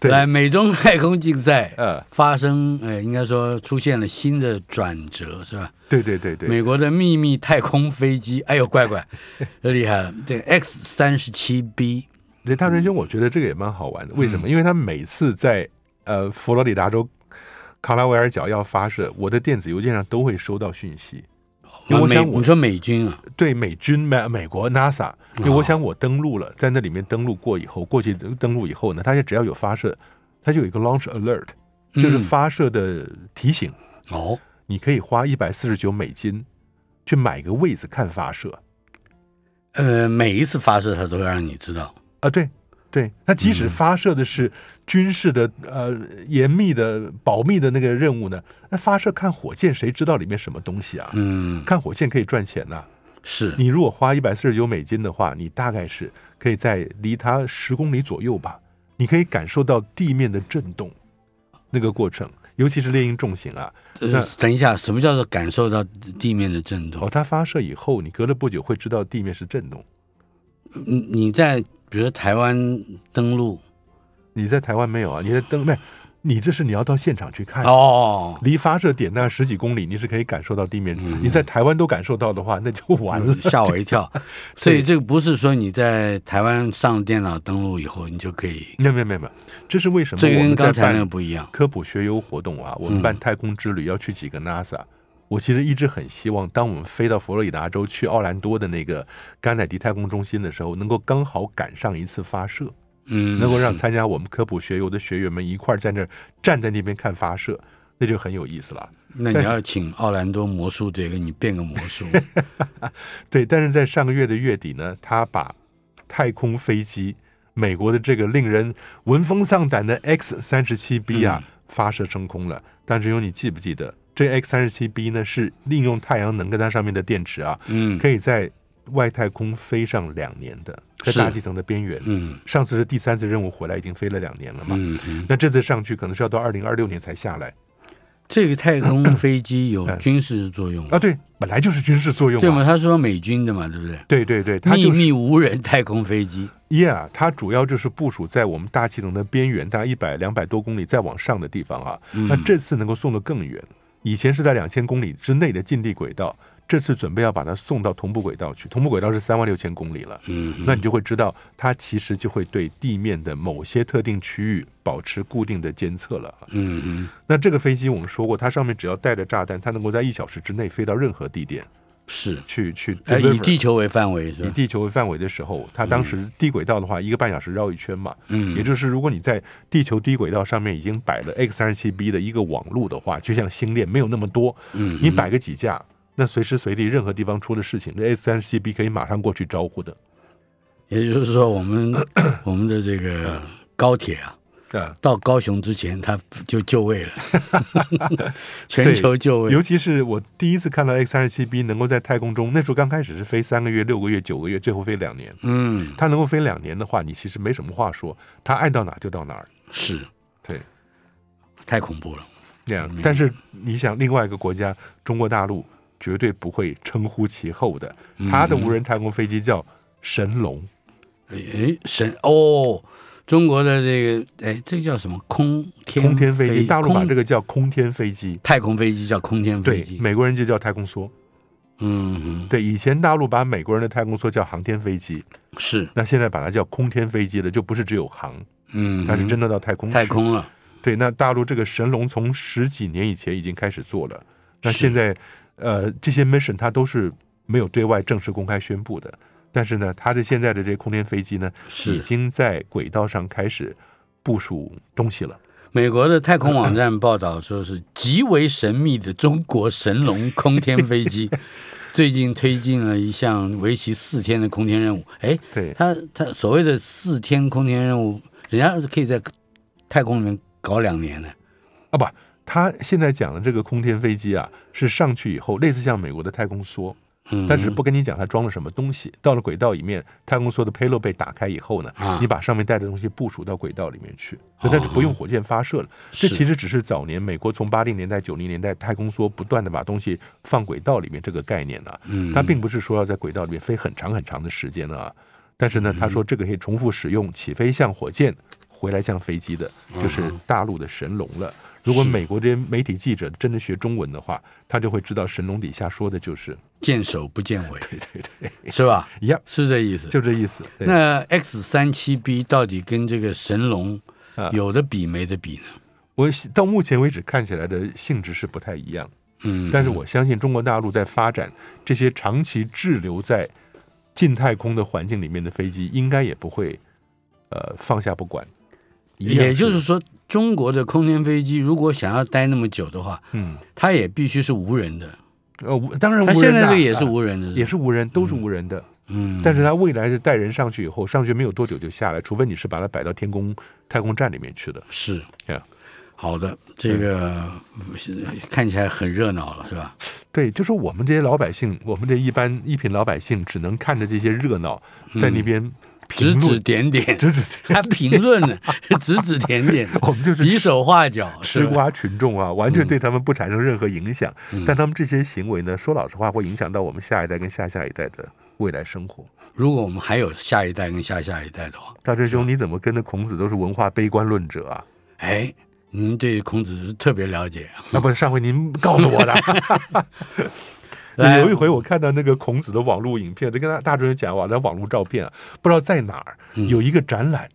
S2: 对
S1: 来，美中太空竞赛
S2: 呃，
S1: 发生，呃，应该说出现了新的转折，是吧？
S2: 对对对对，
S1: 美国的秘密太空飞机，哎呦，乖 乖，厉害了！这 X 三十七 B
S2: 这大追兄，我觉得这个也蛮好玩的。为什么？因为他每次在呃佛罗里达州卡拉维尔角要发射，我的电子邮件上都会收到讯息。因为我
S1: 美
S2: 想我
S1: 你说美军啊，
S2: 对美军美美国 NASA，因为我想我登陆了，在那里面登陆过以后，过去登陆以后呢，它就只要有发射，它就有一个 launch alert，就是
S1: 嗯
S2: 发射的提醒。
S1: 哦，
S2: 你可以花一百四十九美金去买个位子看发射
S1: 呃，每一次发射它都会让你知道，
S2: 啊，对对，它即使发射的是军事的呃严密的保密的那个任务呢，那发射看火箭谁知道里面什么东西啊？
S1: 嗯，
S2: 看火箭可以赚钱呐、
S1: 是，
S2: 你如果花一百四十九美金的话，你大概是可以在离它十公里左右吧，你可以感受到地面的震动那个过程，尤其是猎鹰重型啊，
S1: 呃，等一下，什么叫做感受到地面的震动
S2: 哦，？它发射以后，你隔了不久会知道地面是震动。
S1: 你你在比如说台湾登陆
S2: 你在台湾没 有啊？你在登没？你这是你要到现场去看，
S1: 哦，
S2: 离发射点那十几公里，你是可以感受到地面。你在台湾都感受到的话，那就完了。
S1: 嗯吓我一 跳。所以这个不是说你在台湾上电脑登录以后，你就可以，
S2: 没有没有没有没有，这是为什么
S1: 这
S2: 我
S1: 跟
S2: 们在
S1: 刚才那个嗯
S2: 办
S1: 不一样。
S2: 科普学友活动啊？我们办太空之旅要去几个 NASA。我其实一直很希望，当我们飞到佛罗里达州去奥兰多的那个甘乃迪太空中心的时候，能够刚好赶上一次发射，
S1: 嗯，
S2: 能够让参加我们科普学友的学员们一块儿在那儿站在那边看发射，那就很有意思了。
S1: 那你要请奥兰多魔术队给你变个魔 术，
S2: 对，但是在上个月的月底呢，他把太空飞机美国的这个令人闻风丧胆的 X 三十
S1: 嗯
S2: 七 B 啊、发射升空了。但是有你记不记得，这 X 三十七 B 呢是利用太阳能跟它上面的电池啊，
S1: 嗯
S2: 可以在外太空飞上两年的，在
S1: 是
S2: 大气层的边缘。
S1: 嗯
S2: 上次是第三次任务回来，已经飞了两年了嘛。
S1: 嗯嗯，
S2: 那这次上去可能是要到二零二六年才下来
S1: 这个太空飞机有军事作用，
S2: 哎啊。对，本来就是军事作用
S1: 对
S2: 嘛
S1: 吗？。他说美军的嘛，对不对？
S2: 对对对，它
S1: 秘
S2: 就是
S1: 密无人太空飞机，
S2: Yeah，它主要就是部署在我们大气层的边缘，大概一百两百多公里再往上的地方啊。
S1: 嗯
S2: 那这次能够送得更远，以前是在两千公里之内的近地轨道，这次准备要把它送到同步轨道去。同步轨道是三万六千公里了，
S1: 嗯，
S2: 那你就会知道，它其实就会对地面的某些特定区域保持固定的监测了啊。
S1: 嗯嗯，
S2: 那这个飞机我们说过，它上面只要带着炸弹，它能够在一小时之内飞到任何地点
S1: 是，
S2: 去去 deliver。
S1: 呃，以地球为范围是
S2: 以
S1: 吧？
S2: 地球为范围的时候，它当时低轨道的话，一个半小时绕一圈嘛，
S1: 嗯
S2: 也就是如果你在地球低轨道上面已经摆了 X 三十七 B 的一个网路的话，就像星链没有那么多，
S1: 嗯，
S2: 你摆个几架，那随时随地任何地方出了事情，这 X 三十七 B 可以马上过去招呼的。
S1: 也就是说，我 们我们的这个高铁啊，
S2: 啊，
S1: 到高雄之前，它就就 位了， 全球就位
S2: 尤。其是我第一次看到 X 三十七 B 能够在太空中，那时候刚开始是飞三个月、六个月、九个月，最后飞两年。
S1: 嗯，
S2: 它能够飞两年的话，你其实没什么话说，它爱到哪就到哪儿。
S1: 是
S2: 对，
S1: 太恐怖了。嗯
S2: 那样。但是你想，另外一个国家中国大陆绝对不会称呼其后的。
S1: 嗯
S2: 他的无人太空飞机叫神龙，
S1: 哎，神哦，中国的这个哎，这个叫什么空天
S2: 空天飞机，大陆把这
S1: 个
S2: 个叫空天飞机。
S1: 太空飞机叫空天飞
S2: 对
S1: 机，，
S2: 美国人就叫太空梭。
S1: 嗯，
S2: 对，以前大陆把美国人的太空梭叫航天飞机，
S1: 哼是，
S2: 那现在把它叫空天飞机了，就不是只有航，
S1: 嗯，
S2: 它是真的到太空去
S1: 太空了，
S2: 对，那大陆这个神龙从十几年以前已经开始做了，那
S1: 是
S2: 现在呃这些 mission 它都是没有对外正式公开宣布的，但是呢，它的现在的这些空天飞机呢，
S1: 是
S2: 已经在轨道上开始部署东西了。
S1: 美国的太空网站报道说是极为神秘的中国神龙空天飞机， 最近推进了一项为期四天的空天任务。哎，
S2: 对，
S1: 它它所谓的四天空天任务，人家是可以在太空里面搞两年的。
S2: 啊不，它现在讲的这个空天飞机啊，是上去以后类似像美国的太空梭，
S1: 嗯，
S2: 但只是不跟你讲它装了什么东西。到了轨道里面，太空梭的 payload 被打开以后呢，
S1: 啊哦
S2: 你把上面带的东西部署到轨道里面去，所以它就不用火箭发射了。这
S1: 是
S2: 其实只是早年美国从八零年代、九零年代太空梭不断的把东西放轨道里面这个概念呢、啊
S1: 嗯，
S2: 它并不是说要在轨道里面飞很长很长的时间了啊。但是
S1: 嗯
S2: 呢，他说这个可以重复使用，起飞像火箭，回来像飞机的，
S1: 嗯
S2: 就是大陆的神龙了。如果美国这些媒体记者真的学中文的话，他就会知道神龙底下说的就是
S1: 见首不见尾，
S2: 对对对
S1: 是吧？
S2: 一样，
S1: 是这意思。
S2: 就这意思。对
S1: 那 X 三七 B 到底跟这个神龙
S2: 啊
S1: 有的比没得比呢？
S2: 我到目前为止看起来的性质是不太一样，
S1: 嗯，
S2: 但是我相信中国大陆在发展这些长期滞留在近太空的环境里面的飞机，应该也不会呃放下不管。一样
S1: 也就是说，中国的空天飞机如果想要待那么久的话，
S2: 嗯
S1: 它也必须是无人的。
S2: 呃，无当然无
S1: 它
S2: 人
S1: 现在这
S2: 的
S1: 个也是
S2: 啊
S1: 无人的，
S2: 也是无人，都是无人的。
S1: 嗯，
S2: 但是它未来是带人上去以后，上去没有多久就下来，除非你是把它摆到天宫太空站里面去的。
S1: 是
S2: Yeah
S1: 好的，这个是看起来很热闹了，是吧？
S2: 对，就是我们这些老百姓，我们这一般一品老百姓，只能看着这些热闹，在那边评
S1: 指
S2: 论
S1: 嗯指点点，
S2: 指指
S1: 还评论呢， 指指点点，
S2: 我们就是
S1: 比手画脚，
S2: 吃
S1: 是嗯吧？
S2: 瓜群众啊，完全对他们不产生任何影响。但他们这些行为呢，说老实话，会影响到我们下一代跟下下一代的未来生活。
S1: 如果我们还有下一代跟下下一代的话，
S2: 大师兄，你怎么跟着孔子都是文化悲观论者啊？
S1: 哎，您对孔子是特别了解啊。
S2: 那不是上回您告诉我的。
S1: 来
S2: 有一回我看到那个孔子的网络影片，就跟他大主人讲哇，那网络照片啊，不知道在哪儿有一个展览，
S1: 嗯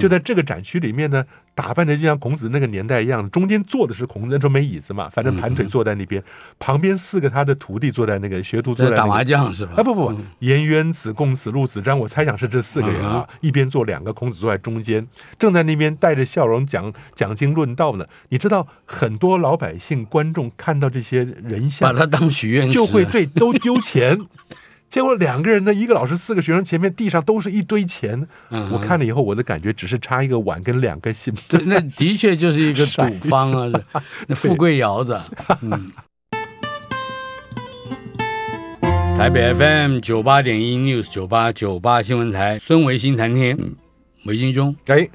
S2: 就在这个展区里面呢，打扮的就像孔子那个年代一样，中间坐的是孔子，那时候没椅子嘛，反
S1: 嗯
S2: 正盘腿坐在那边，旁边四个他的徒弟坐在那个学徒
S1: 在
S2: 坐在、那
S1: 打
S2: 个
S1: 麻将是吧？嗯
S2: 啊，不不不，颜渊、子贡、子路、子张，我猜想是这四个人
S1: 嗯
S2: 啊，一边坐两个，孔子坐在中间，正在那边带着笑容讲讲经论道呢。你知道，很多老百姓观众看到这些人
S1: 把
S2: 像，
S1: 它当许愿池
S2: 就会对都丢钱。 结果两个人呢，一个老师四个学生，前面地上都是一堆钱。
S1: 嗯
S2: 我看了以后，我的感觉只是差一个碗跟两 根信。
S1: 对，那的确就是一个赌方 啊，是那富贵窑子。嗯。台北 FM 九八点一 News 九八九八新闻台，孙维新谈天，
S2: 嗯
S1: 维新兄，
S2: 哎，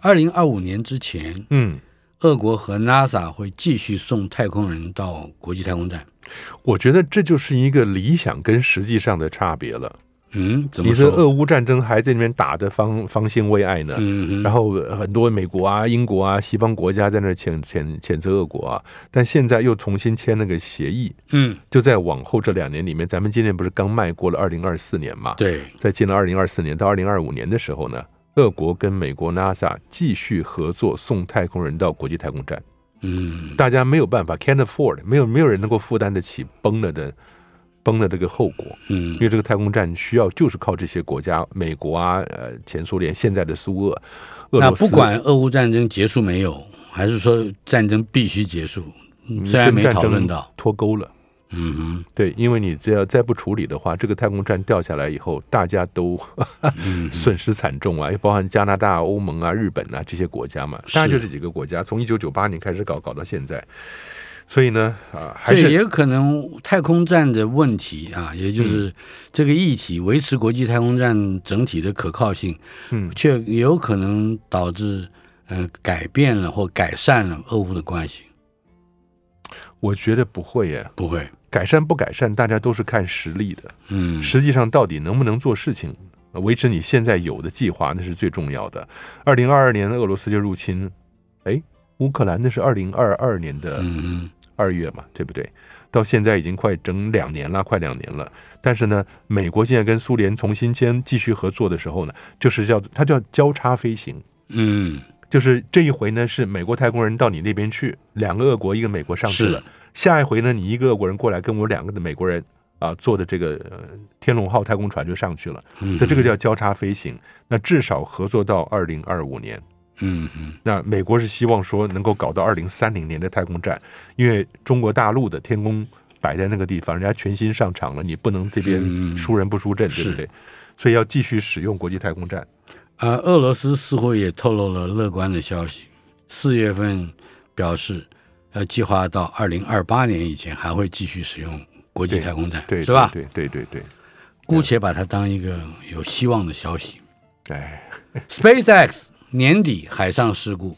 S1: 二零二五年之前，
S2: 嗯，
S1: 俄国和 NASA 会继续送太空人到国际太空站。
S2: 我觉得这就是一个理想跟实际上的差别了。
S1: 嗯，怎
S2: 你
S1: 么
S2: 是
S1: 说？
S2: 俄乌战争还在那边打得方方兴未艾呢，
S1: 嗯
S2: 然
S1: 哼，
S2: 后呃很多美国啊、英国啊、西方国家在那儿谴谴谴责俄国啊，但现在又重新签了个协议，
S1: 嗯，
S2: 就在往后这两年里面，咱们今年不是刚迈过了二零二四年嘛？，
S1: 对，
S2: 在进了二零二四年到二零二五年的时候呢，俄国跟美国 NASA 继续合作送太空人到国际太空站，
S1: 嗯，
S2: 大家没有办法 can't afford，没有没有人能够负担得起崩了的崩了这个后果。
S1: 嗯
S2: 因，为这个太空站需要就是靠这些国家，美国啊，呃，前苏联，现在的苏俄，俄
S1: 那
S2: 罗斯
S1: 不管俄乌战争结束没有，还是说战争必须结束，嗯
S2: 嗯
S1: 虽然没
S2: 跟战
S1: 讨
S2: 争
S1: 论到，
S2: 脱钩了，
S1: 嗯
S2: 对，因为你只要再不处理的话，这个太空站掉下来以后，大家都
S1: 嗯
S2: 损失惨重啊，也包含加拿大、欧盟啊、日本啊这些国家嘛，
S1: 是
S2: 大概就这几个国家，从一九九八年开始搞，搞到现在，所以呢，啊，
S1: 哼，
S2: 还
S1: 这
S2: 是
S1: 也可能太空站的问题啊，也
S2: 嗯
S1: 就是这个议题维持国际太空站整体的可靠性，
S2: 嗯
S1: 却也有可能导致嗯、呃改变了或改善了俄乌的关系，
S2: 我觉得不会耶，
S1: 不会，
S2: 改善不改善，大家都是看实力的。
S1: 嗯
S2: 实际上到底能不能做事情，呃维持你现在有的计划，那是最重要的。二零二二年俄罗斯就入侵，哎，乌克兰那是二零二二年的
S1: 嗯
S2: 二月嘛，对不对？到现在已经快整两年了，快两年了。但是呢，美国现在跟苏联重新签继续合作的时候呢，就是叫它叫交叉飞行，
S1: 嗯，
S2: 就是这一回呢是美国太空人到你那边去，两个俄国一个美国上去
S1: 是
S2: 了。下一回呢，你一个俄国人过来跟我两个的美国人啊坐的这个、呃、天龙号太空船就上去了，
S1: 嗯
S2: 所以这个叫交叉飞行。那至少合作到二零二五年。
S1: 嗯嗯
S2: 那美国是希望说能够搞到二零三零年的太空站，因为中国大陆的天宫摆在那个地方，人家全新上场了，你不能这
S1: 嗯
S2: 边输人不输阵，对不
S1: 是
S2: 对？所以要继续使用国际太空站。
S1: 啊，俄罗斯似乎也透露了乐观的消息，四月份表示，呃，计划到二零二八年以前还会继续使用国际
S2: 对
S1: 太空站，
S2: 对，
S1: 是吧？
S2: 对对对对
S1: 姑且把它当一个有希望的消息。
S2: 对，哎，
S1: SpaceX 年底海上事故，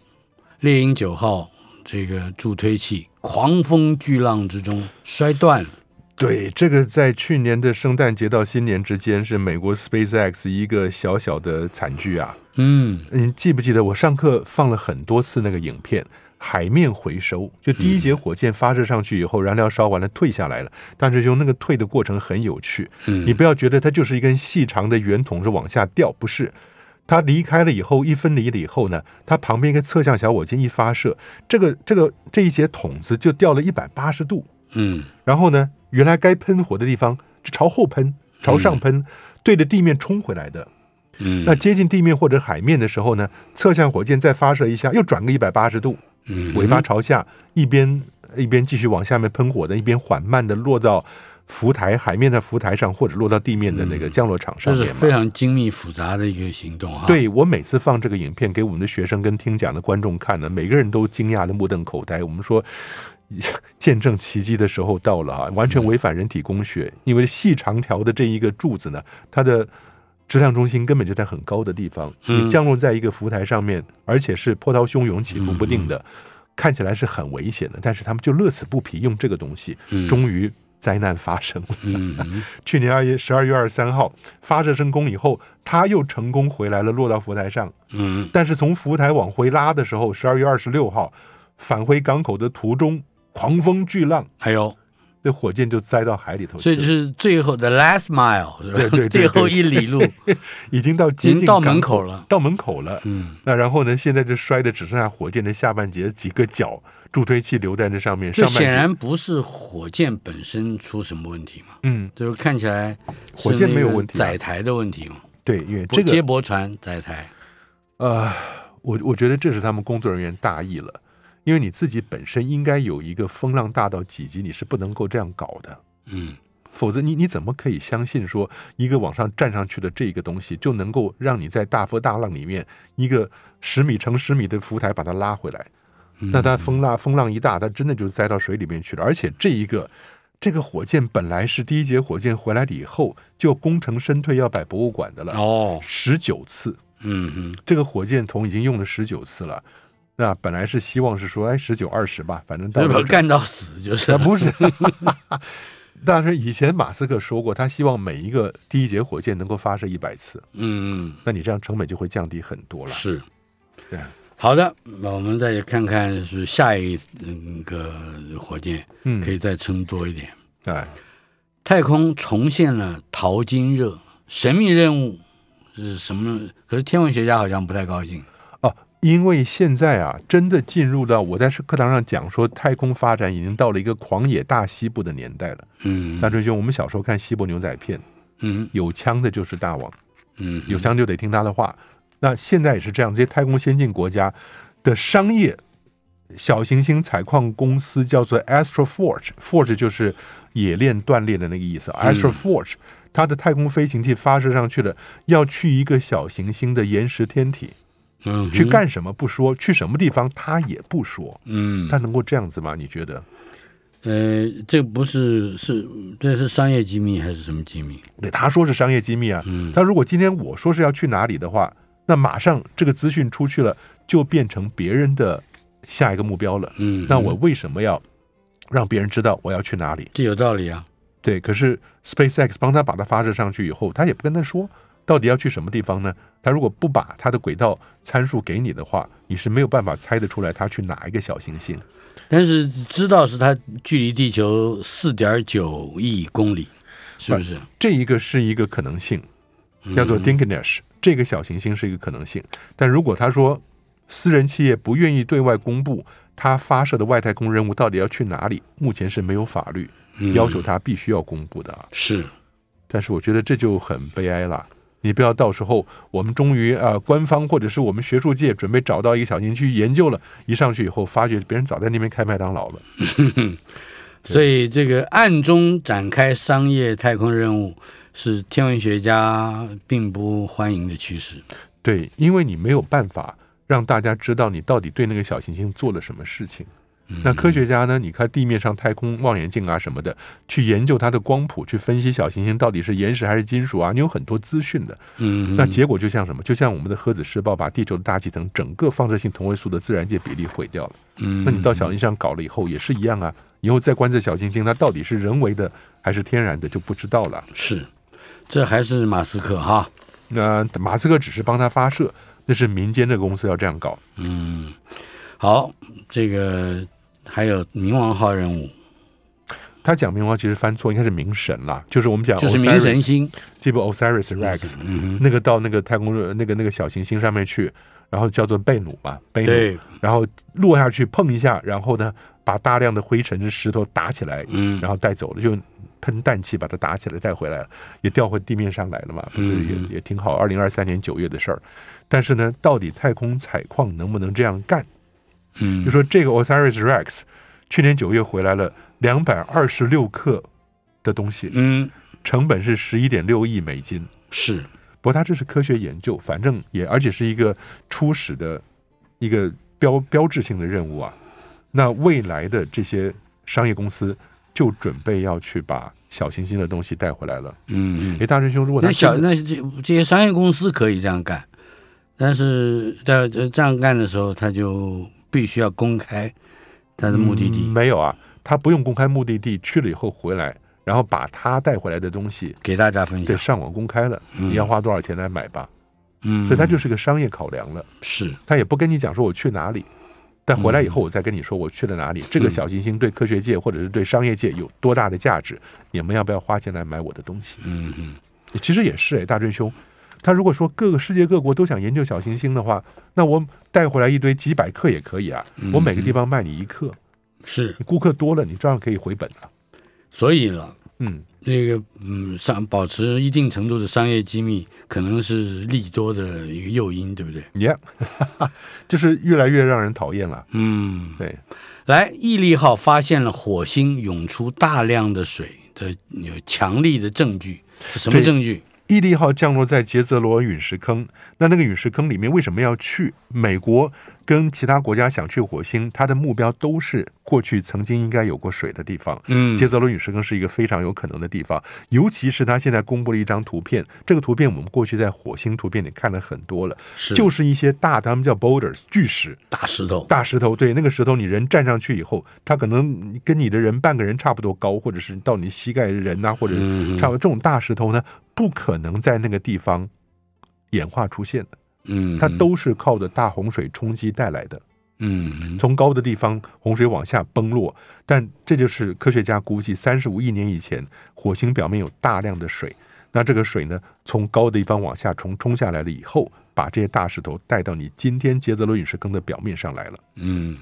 S1: 猎鹰九号这个助推器狂风巨浪之中摔断了。
S2: 对，这个在去年的圣诞节到新年之间是美国 SpaceX 一个小小的惨剧啊。
S1: 嗯
S2: 你记不记得我上课放了很多次那个影片？海面回收，就第一节火箭发射上去以后，燃料烧完了退下来了，但是用那个退的过程很有趣。
S1: 嗯，
S2: 你不要觉得它就是一根细长的圆筒是往下掉，不是。它离开了以后，一分离了以后呢，它旁边一个侧向小火箭一发射，这个这个这一节筒子就掉了一百八十度，
S1: 嗯
S2: 然后呢，原来该喷火的地方就朝后喷，朝上喷，对着地面冲回来的。
S1: 嗯
S2: 那接近地面或者海面的时候呢，侧向火箭再发射一下，又转个一百八十度，
S1: 嗯
S2: 尾巴朝下，一边一边继续往下面喷火的，一边缓慢的落到浮台海面的浮台上，或者落到地面的那
S1: 嗯
S2: 个降落场上
S1: 这是
S2: 面嘛。
S1: 非常精密复杂的一个行动啊。，
S2: 对我每次放这个影片给我们的学生跟听讲的观众看呢，每个人都惊讶的目瞪口呆。我们说，见证奇迹的时候到 了啊，完全违反人体工学，因为细长条的这一个柱子呢，它的质量中心根本就在很高的地方，
S1: 嗯嗯
S2: 你降落在一个浮台上面，而且是波涛汹涌、起伏不定的，看起来是很危险的。但是他们就乐此不疲，用这个东西，
S1: 嗯
S2: 终于灾难发生了。
S1: 嗯嗯
S2: 去年二月十二月二十三号发射升空以后，它又成功回来了，落到浮台上。
S1: 嗯
S2: 但是从浮台往回拉的时候，十二月二十六号返回港口的途中，狂风巨浪，
S1: 还有，
S2: 这火箭就栽到海里头
S1: 所以
S2: 去
S1: 这
S2: 了，
S1: 是最后的 last mile 是吧？
S2: 对对对对
S1: 最后一里 路
S2: 已经到接
S1: 已经
S2: 近
S1: 到
S2: 港
S1: 门口，了。
S2: 到门口了。
S1: 嗯，
S2: 那然后呢？现在就摔的只剩下火箭的下半截几个角，助推器留在那上面。
S1: 这
S2: 上半截
S1: 显，然不是火箭本身出什么问题嘛，
S2: 嗯，
S1: 就看起来
S2: 火箭没有问题啊
S1: 载台的问题嘛，
S2: 对，因为这
S1: 接
S2: 个
S1: 驳船载台。
S2: 呃，我我觉得这是他们工作人员大意了，因为你自己本身应该有一个风浪大到几级，你是不能够这样搞的。
S1: 嗯
S2: 否则你你怎么可以相信说一个往上站上去的这一个东西就能够让你在大风大浪里面一个十米乘十米的浮台把它拉回来？
S1: 嗯
S2: 那它风浪风浪一大，它真的就栽到水里面去了。而且这一个这个火箭本来是第一节火箭回来了以后就功成身退要摆博物馆的了，
S1: 哦，
S2: 十九次
S1: 嗯哼，
S2: 这个火箭筒已经用了十九次了。那本来是希望是说，哎，十九二十吧，反正到
S1: 这
S2: 了
S1: 不干到死就是
S2: 啊，不是。 但是以前马斯克说过，他希望每一个第一节火箭能够发射一百次，
S1: 嗯
S2: 那你这样成本就会降低很多了。
S1: 是
S2: 对啊，
S1: 好的，那我们再看看是下一嗯个火箭
S2: 嗯
S1: 可以再撑多一点。
S2: 哎，
S1: 太空重现了淘金热，神秘任务是什么？可是天文学家好像不太高兴。
S2: 哦，因为现在啊，真的进入到我在课堂上讲说，太空发展已经到了一个狂野大西部的年代了。
S1: 嗯
S2: 大春兄，我们小时候看西部牛仔片，
S1: 嗯
S2: 有枪的就是大王，
S1: 嗯，
S2: 有枪就得听他的话。那现在也是这样，这些太空先进国家的商业小行星采矿公司叫做 Astroforge，Forge 就是冶炼锻炼的那个意思。Astroforge
S1: 嗯
S2: 它的太空飞行器发射上去了，要去一个小行星的岩石天体，
S1: 嗯
S2: 去干什么不说，去什么地方他也不说。
S1: 嗯，
S2: 他能够这样子吗？你觉得？
S1: 呃，这不是是这是商业机密还是什么机密？嗯
S2: 对，他说是商业机密啊。他如果今天我说是要去哪里的话，那马上这个资讯出去了，就变成别人的下一个目标了。
S1: 嗯，
S2: 那我为什么要让别人知道我要去哪里。
S1: 这有道理啊。
S2: 对，可是 SpaceX 帮他把它发射上去以后，他也不跟他说到底要去什么地方呢？他如果不把他的轨道参数给你的话，你是没有办法猜得出来他去哪一个小行星。
S1: 但是知道是它距离地球四点九亿公里，是不是？嗯
S2: 这一个是一个可能性，叫做 Dinkinesh，、这个小行星是一个可能性。但如果他说私人企业不愿意对外公布他发射的外太空任务到底要去哪里，目前是没有法律要求他必须要公布的啊。
S1: 嗯是
S2: 但是我觉得这就很悲哀了。你不要到时候我们终于啊、呃官方或者是我们学术界准备找到一个小行星去研究了，一上去以后发觉别人早在那边开麦当劳了。
S1: 所以这个暗中展开商业太空任务是天文学家并不欢迎的趋势。
S2: 对，因为你没有办法让大家知道你到底对那个小行星做了什么事情。
S1: 嗯
S2: 那科学家呢？你看地面上太空望远镜啊什么的，去研究它的光谱，去分析小行星到底是岩石还是金属啊，你有很多资讯的。
S1: 嗯，
S2: 那结果就像什么？就像我们的核子试爆把地球的大气层整个放射性同位素的自然界比例毁掉了。
S1: 嗯
S2: 那你到小行星上搞了以后也是一样啊。以后再观测小行星，它到底是人为的还是天然的就不知道了。
S1: 嗯是，这还是马斯克哈。
S2: 那马斯克只是帮他发射，那是民间的公司要这样搞。
S1: 嗯，好，这个还有冥王号任务，
S2: 他讲冥王其实翻错，应该是冥神啦，就是我们讲
S1: 就是冥神
S2: Osiris
S1: 星。嗯
S2: 这部 Osiris Rex，、那个到那个太空那个那个小行星上面去，然后叫做贝努嘛，贝努，
S1: 对，
S2: 然后落下去碰一下，然后呢把大量的灰尘石头打起来，
S1: 嗯，
S2: 然后带走了，就喷氮气把它打起来带回来了，也掉回地面上来了嘛，不是也
S1: 嗯
S2: 也挺好？二零二三年九月的事儿，但是呢，到底太空采矿能不能这样干？
S1: 嗯，
S2: 就说这个 Osiris Rex 去年九月回来了两百二十六克的东西，
S1: 嗯
S2: 成本是十一点六亿美金。
S1: 是
S2: 不过它这是科学研究，反正也而且是一个初始的一个标标志性的任务啊。那未来的这些商业公司就准备要去把小行星的东西带回来了。
S1: 嗯嗯。
S2: 诶，大师兄，如果他
S1: 那小
S2: 真的
S1: 那这这些商业公司可以这样干，但是在这样干的时候，他就必须要公开他的目的
S2: 嗯
S1: 地
S2: 没有啊，他不用公开目的地，去了以后回来，然后把他带回来的东西
S1: 给大家分
S2: 对
S1: 享。
S2: 上网公开了，
S1: 嗯
S2: 你要花多少钱来买吧？
S1: 嗯，
S2: 所以它就是个商业考量了。
S1: 是
S2: 他也不跟你讲说我去哪里，但回来
S1: 嗯
S2: 以后我再跟你说我去了哪里。这个小行星对科学界或者是对商业界有多大的价值？你们要不要花钱来买我的东西？
S1: 嗯嗯
S2: 其实也是哎，大追兄，他如果说各个世界各国都想研究小行星的话，那我带回来一堆几百克也可以啊，
S1: 嗯
S2: 我每个地方卖你一克，
S1: 是，
S2: 你顾客多了，你照样可以回本啊。
S1: 所以了。
S2: 嗯，
S1: 那个嗯，商保持一定程度的商业机密，可能是利多的一个诱因，对不对？
S2: 你、yeah, 就是越来越让人讨厌了。
S1: 嗯，
S2: 对，
S1: 来，毅力号发现了火星涌出大量的水的有强力的证据，是什么
S2: 对
S1: 证据？
S2: 毅力号降落在杰泽罗陨石坑，那那个陨石坑里面为什么要去？美国跟其他国家想去火星，它的目标都是过去曾经应该有过水的地方。
S1: 嗯
S2: 杰泽罗陨石坑是一个非常有可能的地方，尤其是它现在公布了一张图片，这个图片我们过去在火星图片里看了很多了，
S1: 是
S2: 就是一些大，他们叫 boulders 巨石、
S1: 大石头，
S2: 大石头。对，那个石头你人站上去以后，它可能跟你的人半个人差不多高，或者是到你膝盖的人呐、或者
S1: 嗯
S2: 差不多这种大石头呢，不可能在那个地方演化出现的，
S1: 嗯，
S2: 它都是靠着大洪水冲击带来的。
S1: 嗯嗯
S2: 从高的地方洪水往下崩落，但这就是科学家估计，三十五亿年以前，火星表面有大量的水。那这个水呢，从高的地方往下冲，冲下来了以后，把这些大石头带到你今天杰泽罗陨石坑的表面上来了。
S1: 嗯，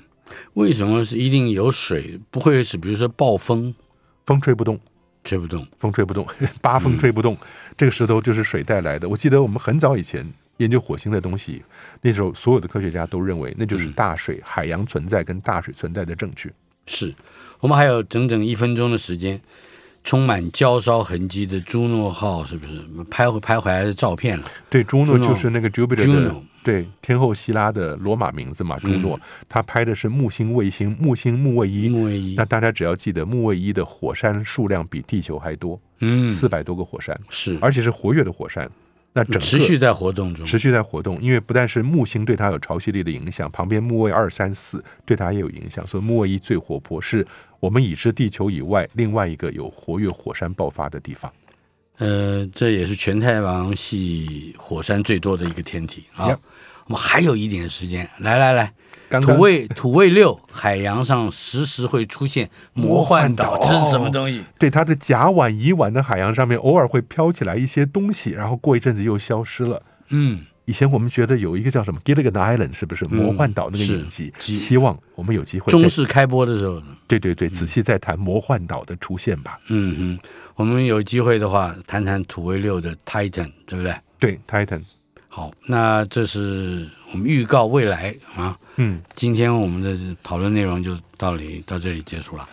S1: 为什么是一定有水？不会是比如说暴风
S2: 风吹不动，
S1: 吹不动？
S2: 风吹不动， 八
S1: 嗯
S2: 风吹不动，这个石头就是水带来的。我记得我们很早以前研究火星的东西，那时候所有的科学家都认为那就是
S1: 嗯
S2: 大水、海洋存在跟大水存在的证据。
S1: 是我们还有整整一分钟的时间，充满焦烧痕迹的朱诺号是不是拍回拍回来的照片了？
S2: 对，朱诺
S1: Juno
S2: 就是那个 Jupiter 的
S1: Juno 嗯
S2: 对天后希拉的罗马名字嘛，朱诺，他拍的是木星卫星，木星木卫一。
S1: 因为
S2: 那大家只要记得木卫一的火山数量比地球还多，
S1: 嗯
S2: 四百多个火山，
S1: 是
S2: 而且是活跃的火山，那整个
S1: 持续在活动中，
S2: 持续在活动，因为不但是木星对它有潮汐力的影响，旁边木卫二三四对它也有影响，所以木卫一最活泼，是我们已知地球以外另外一个有活跃火山爆发的地方。
S1: 呃，这也是全太阳系火山最多的一个天体啊。
S2: Yep
S1: 我们还有一点时间，来来来，
S2: 刚刚
S1: 土卫土卫六，海洋上时时会出现魔幻岛，
S2: 魔幻岛
S1: 这是什么东西？
S2: 对它的甲烷、乙烷的海洋上面，偶尔会飘起来一些东西，然后过一阵子又消失了。
S1: 嗯，
S2: 以前我们觉得有一个叫什么 Gilligan Island，是不是魔幻岛那个
S1: 是
S2: 影集？
S1: 集
S2: 希望我们有机会再
S1: 中嗯视开播的时候呢，
S2: 对对对，仔细再谈魔幻岛的出现吧。
S1: 嗯哼，我们有机会的话，谈谈土卫六的 Titan，对不对？
S2: 对，Titan，
S1: 好，那这是我们预告未来啊。
S2: 嗯，
S1: 今天我们的讨论内容就到里到这里结束了。